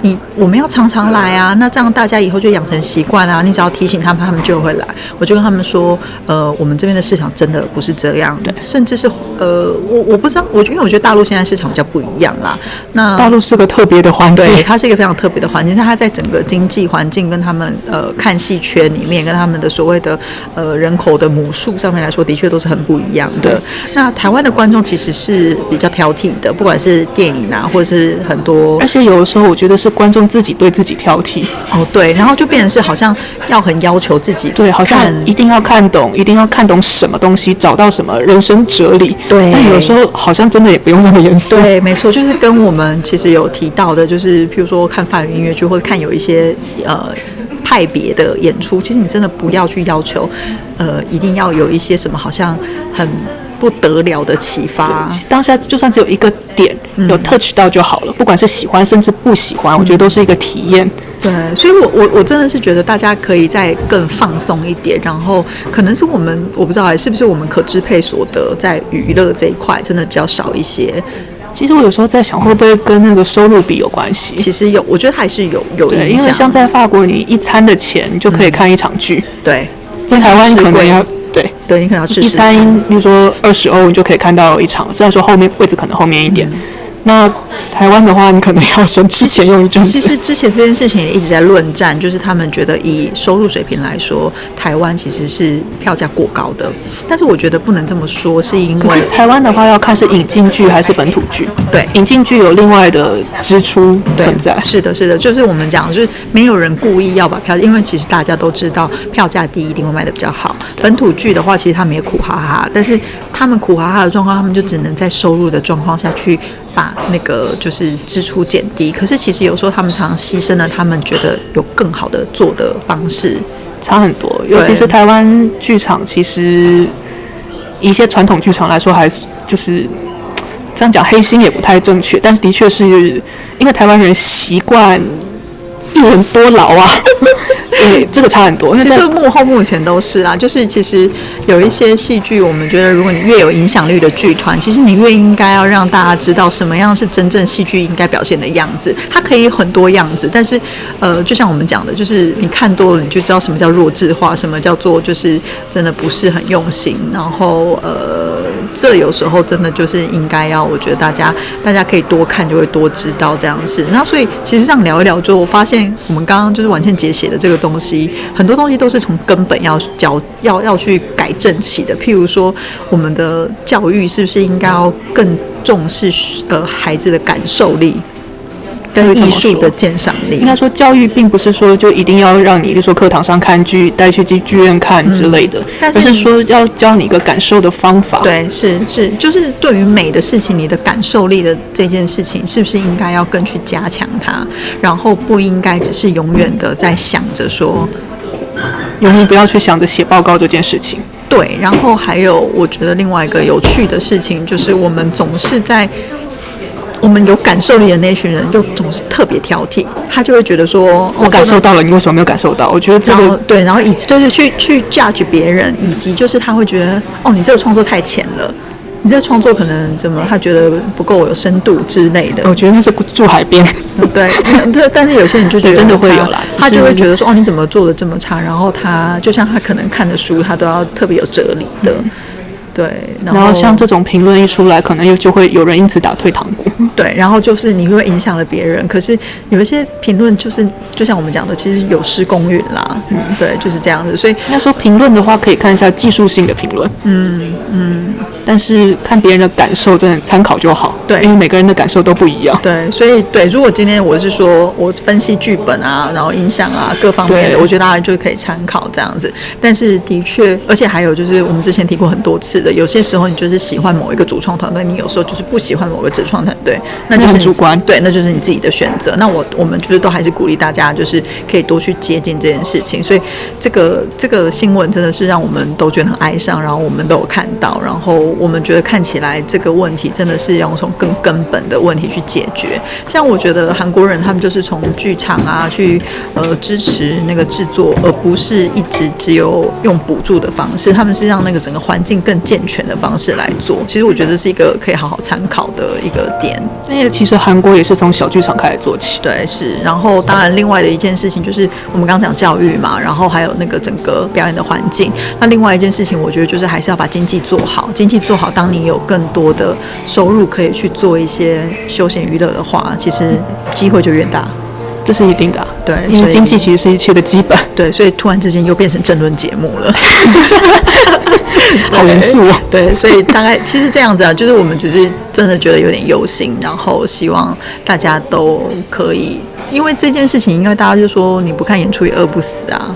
Speaker 1: 你我们要常常来啊，那这样大家以后就养成习惯啊。你只要提醒他们，他们就会来。”我就跟他们说：“呃，我们这边的市场真的不是这样，对，甚至是呃，我我不知道，我因为我觉得大陆现在市场比较不一样啦。那
Speaker 3: 大陆是个特别的环境，
Speaker 1: 嗯对，它是一个非常特别的环境，但它在整个经济环境跟他们呃看戏圈里面，跟他们的所谓的呃人口的母数上面来说，的确都是很不一样的
Speaker 3: 对。
Speaker 1: 那台湾的观众其实是比较挑剔的，不管是电影啊，或者是很多
Speaker 3: 而且有的时候我觉得是观众自己对自己挑剔，
Speaker 1: 哦对，然后就变成是好像要很要求自己看，
Speaker 3: 对，好像一定要看懂，一定要看懂什么东西，找到什么人生哲理，
Speaker 1: 对
Speaker 3: 但有的时候好像真的也不用这么严肃，
Speaker 1: 对，没错，就是跟我们其实有提到的，就是譬如说看法语音乐剧，或者看有一些呃派别的演出，其实你真的不要去要求，呃，一定要有一些什么好像很不得了的启发。
Speaker 3: 当下就算只有一个点
Speaker 1: 嗯
Speaker 3: 有 touch 到就好了，不管是喜欢甚至不喜欢，我觉得都是一个体验。
Speaker 1: 对，所以我我我真的是觉得大家可以再更放松一点，然后呃可能是我们我不知道哎，是不是我们可支配所得在娱乐这一块真的比较少一些。
Speaker 3: 其实我有时候在想，会不会跟那个收入比有关系？
Speaker 1: 其实有，我觉得还是有有
Speaker 3: 对，
Speaker 1: 影
Speaker 3: 因为
Speaker 1: 响。
Speaker 3: 像在法国，你一餐的钱你就可以看一场剧，
Speaker 1: 对
Speaker 3: 嗯在台湾可能要对
Speaker 1: 对，你可能要吃
Speaker 3: 一
Speaker 1: 食材
Speaker 3: 餐，比如说二十欧，你就可以看到一场，虽然说后面位置可能后面一点。那台湾的话，你可能要省吃俭用一 阵
Speaker 1: 其
Speaker 3: 子。
Speaker 1: 实之前这件事情也一直在论战，就是他们觉得以收入水平来说，台湾其实是票价过高的。但是我觉得不能这么说，是因
Speaker 3: 可
Speaker 1: 为
Speaker 3: 是台湾的话，要看是引进剧还是本土剧。
Speaker 1: 对
Speaker 3: 引进剧有另外的支出
Speaker 1: 对
Speaker 3: 存在。
Speaker 1: 是的，是的，就是我们讲，就是没有人故意要把票，因为其实大家都知道票价低一定会卖的比较好。本土剧的话，其实他们也苦哈哈，但是他们苦哈哈的状况，他们就只能在收入的状况下去把那个就是支出减低。可是其实有时候他们常常牺牲了他们觉得有更好的做的方式。
Speaker 3: 差很多，尤其
Speaker 1: 对
Speaker 3: 是台湾剧场，其实一些传统剧场来说，还是就是这样讲，黑心也不太正确，但是的确是因为台湾人习惯一人多劳啊， 对，这个差很多，因为
Speaker 1: 其
Speaker 3: 在
Speaker 1: 实幕后目前都是啦，啊就是其实有一些戏剧，我们觉得如果你越有影响力的剧团，其实你越应该要让大家知道什么样是真正戏剧应该表现的样子。它可以有很多样子，但是呃，就像我们讲的，就是你看多了，你就知道什么叫弱智化，什么叫做就是真的不是很用心，然后呃，这有时候真的就是应该要，我觉得大家大家可以多看，就会多知道这样的事。那所以其实这样聊一聊，就我发现我们刚刚就是婉倩姐写的这个东西，很多东西都是从根本要教要要去改正起的。譬如说，我们的教育是不是应该要更重视呃孩子的感受力跟艺术的鉴赏力
Speaker 3: 应？该说，教育并不是说就一定要让你，比如说课堂上看剧，带去剧剧院看之类的，
Speaker 1: 嗯但是
Speaker 3: 而是说要教你一个感受的方法。，
Speaker 1: 对，是是，就是对于美的事情，你的感受力的这件事情，是不是应该要更去加强它？然后不应该只是永远的在想着说，
Speaker 3: 永远不要去想着写报告这件事情。
Speaker 1: 对，然后还有，我觉得另外一个有趣的事情就是，我们总是在我们有感受力的那群人，又总是特别挑剔，他就会觉得说，哦
Speaker 3: 我感
Speaker 1: 这个
Speaker 3: 受到了，你为什么没有感受到？我觉得这
Speaker 1: 然后
Speaker 3: 个
Speaker 1: 对，然后以及就是去去 judge 别人，以及就是他会觉得，哦，你这个创作太浅了，你这个创作可能怎么，他觉得不够有深度之类的。
Speaker 3: 我觉得那是住海边，
Speaker 1: 对， 但但是有些人就觉得
Speaker 3: 真的会有啦
Speaker 1: 啦，
Speaker 3: 只
Speaker 1: 他
Speaker 3: 是
Speaker 1: 就会觉得说哦，你怎么做的这么差？然后他就像他可能看的书，他都要特别有哲理的，对。然
Speaker 3: 嗯然后像这种评论一出来，可能又就会有人因此打退堂鼓。
Speaker 1: 对，然后就是你会影响了别人，可是有一些评论就是就像我们讲的，其实有失公允啦，
Speaker 3: 嗯
Speaker 1: 对，就是这样子。所以
Speaker 3: 应该说评论的话，可以看一下技术性的评论。嗯嗯，但是看别人的感受，真的参考就好。
Speaker 1: 对
Speaker 3: 因为每个人的感受都不一样。
Speaker 1: 对，所以对，如果今天我是说我分析剧本啊，然后音响啊各方面的，
Speaker 3: 对
Speaker 1: 我觉得大家就可以参考这样子。但是的确，而且还有就是我们之前提过很多次的，有些时候你就是喜欢某一个主创团队，你有时候就是不喜欢某个主创团队，那就是
Speaker 3: 那很
Speaker 1: 你自
Speaker 3: 主观
Speaker 1: 对，那就是你自己的选择。那我我们就是都还是鼓励大家，就是可以多去接近这件事情。所以这个这个新闻真的是让我们都觉得很哀伤，然后我们都有看到，然后我们觉得看起来这个问题真的是要从更根本的问题去解决。像我觉得韩国人他们就是从剧场啊去呃支持那个制作，而不是一直只有用补助的方式，他们是让那个整个环境更健全的方式来做。其实我觉得这是一个可以好好参考的一个点。
Speaker 3: 那哎个其实韩国也是从小剧场开始做起。
Speaker 1: 对，是。然后，当然，另外的一件事情就是我们刚刚讲教育嘛，然后还有那个整个表演的环境。那另外一件事情，我觉得就是还是要把经济做好。经济做好，当你有更多的收入可以去做一些休闲娱乐的话，其实机会就越大。
Speaker 3: 这是一定的啊、
Speaker 1: 对
Speaker 3: 因
Speaker 1: 所
Speaker 3: 为
Speaker 1: 以
Speaker 3: 经济其实是一切的基本，
Speaker 1: 对，所以突然之间又变成政论节目 了。
Speaker 3: 好严肃 哦。
Speaker 1: 对，所以大概其实这样子啊，就是我们只是真的觉得有点忧心，然后希望大家都可以，因为这件事情，因为大家就说你不看演出也饿不死啊。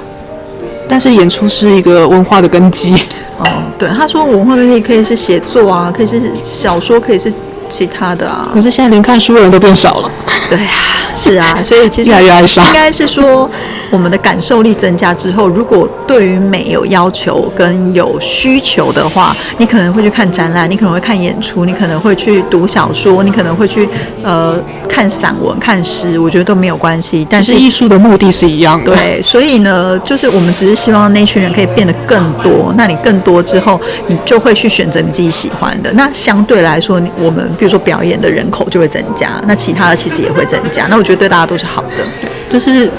Speaker 3: 但是演出是一个文化的根 基，
Speaker 1: 哦，对，他说文化的可以可以是写作啊，可以是小说，可以是其他的啊。
Speaker 3: 可是现在连看书的人都变少了。
Speaker 1: 对啊，是啊，所以其实
Speaker 3: 越来越哀伤
Speaker 1: 应该是说，我们的感受力增加之后，如果对于美有要求跟有需求的话，你可能会去看展览，你可能会看演出，你可能会去读小说，你可能会去呃看散文、看诗，我觉得都没有关系。但
Speaker 3: 但
Speaker 1: 是
Speaker 3: 是艺术的目的是一样的。，
Speaker 1: 对，所以呢，就是我们只是希望那群人可以变得更多。那你更多之后，你就会去选择你自己喜欢的。那相对来说，你我们比如说表演的人口就会增加，那其他的其实也会增加。那我觉得对大家都是好的。
Speaker 3: 这是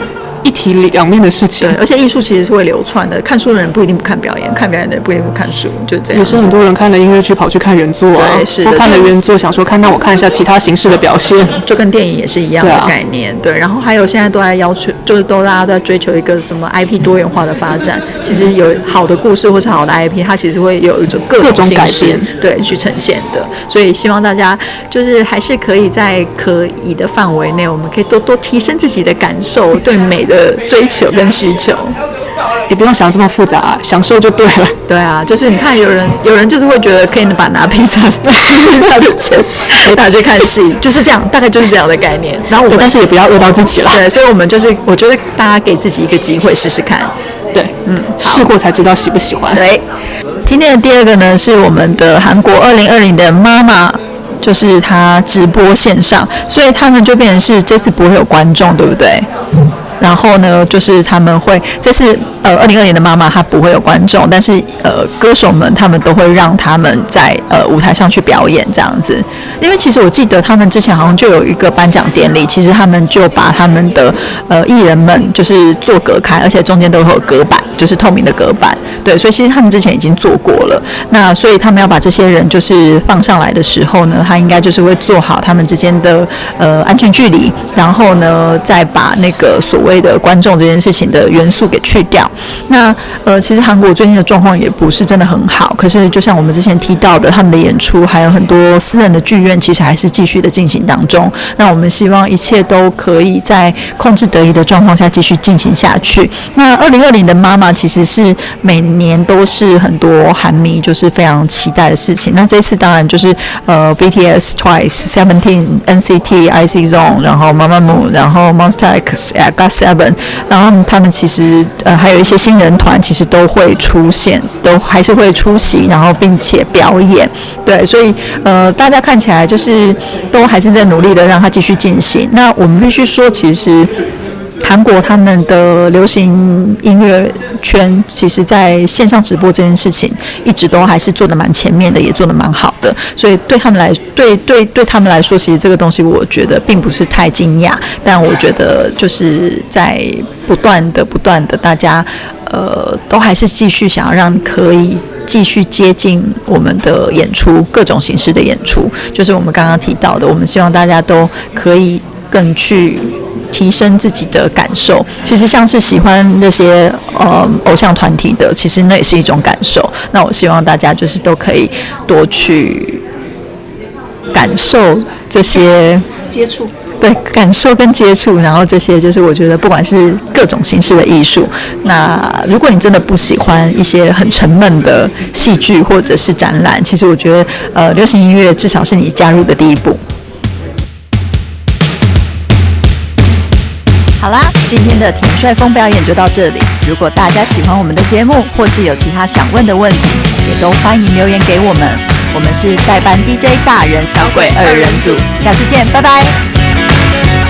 Speaker 3: 一体两面的事情
Speaker 1: 对，。而且艺术其实是会流窜的，看书的人不一定不看表演，看表演的人不一定不看书，就是这样
Speaker 3: 也
Speaker 1: 子。
Speaker 3: 是很多人看了音乐剧跑去看原作啊
Speaker 1: 对，是的
Speaker 3: 或看了
Speaker 1: 就
Speaker 3: 原作想说看，那我看一下其他形式的 表现。
Speaker 1: 就跟电影也是一样
Speaker 3: 对
Speaker 1: 的
Speaker 3: 啊
Speaker 1: 概念，对然后还有现在都在要求，就是都大家都在追求一个什么 IP 多元化的发 展。其实有好的故事或是好的 IP，它其实会有一种各
Speaker 3: 各种
Speaker 1: 形
Speaker 3: 改
Speaker 1: 式
Speaker 3: 变
Speaker 1: 对去呈现的。所以希望大家就是还是可以在可以的范围内，我们可以多多提升自己的感 受，对美的追求跟需求。
Speaker 3: 也不用想这么复杂、享受就对了。
Speaker 1: 对啊，就是你看有人有人就是会觉得可以把拿披萨披萨的 钱拿去看戏，就是这样，大概就是这样的概念。然后我们
Speaker 3: 对，但是也不要饿到自己啦。
Speaker 1: 对，所以我们就是，我觉得大家给自己一个机会试试看。
Speaker 3: 对，嗯，试过才知道喜不喜欢。
Speaker 1: 对，今天的第二个呢，是我们的韩国二零二零的妈妈。就是她直播线上，所以他们就变成是这次不会有观众，对不对？然后呢，就是他们会这次呃，二零二年的妈妈她不会有观众，但是呃，歌手们他们都会让他们在呃舞台上去表演这样子。因为其实我记得他们之前好像就有一个颁奖典礼，其实他们就把他们的呃艺人们就是做隔开，而且中间都会有隔板，就是透明的隔板。对，所以其实他们之前已经做过了。那所以他们要把这些人就是放上来的时候呢，他应该就是会做好他们之间的呃安全距离，然后呢再把那个所谓的观众这件事情的元素给去掉。那呃，其实韩国最近的状况也不是真的很好，可是就像我们之前提到的，他们的演出还有很多私人的剧院，其实还是继续的进行当中。那我们希望一切都可以在控制得宜的状况下继续进行下去。那二零二零的妈妈其实是每年都是很多韩迷就是非常期待的事情。那这次当然就是呃 BTS、Twice、Seventeen、NCT、IC Zone，然后妈妈姆，然后 Monster X、g o t Seven，然后他们其实呃还有一些新人团，其实都会出现，都还是会出席，然后并且表演。对，所以呃大家看起来就是都还是在努力的让它继续进行。那我们必须说，其实。韩国他们的流行音乐圈，其实在线上直播这件事情，一直都还是做的蛮前面的，也做的蛮好的。所以对他们来，对对对他们来说，其实这个东西我觉得并不是太惊讶，但我觉得就是在不断的不断的，大家呃都还是继续想要让可以。继续接近我们的演出，各种形式的演出，就是我们刚刚提到的，我们希望大家都可以更去提升自己的感受。其实像是喜欢那些呃偶像团体的，其实那也是一种感受。那我希望大家就是都可以多去感受这些
Speaker 2: 接触。
Speaker 1: 对感受跟接触，然后这些就是我觉得不管是各种形式的艺术，那如果你真的不喜欢一些很沉闷的戏剧或者是展览，其实我觉得呃流行音乐至少是你加入的第一步。好啦，今天的田帅风表演就到这里。如果大家喜欢我们的节目，或是有其他想问的问题，也都欢迎留言给我们。我们是代班 DJ 大人小鬼二人组，下次见，拜拜。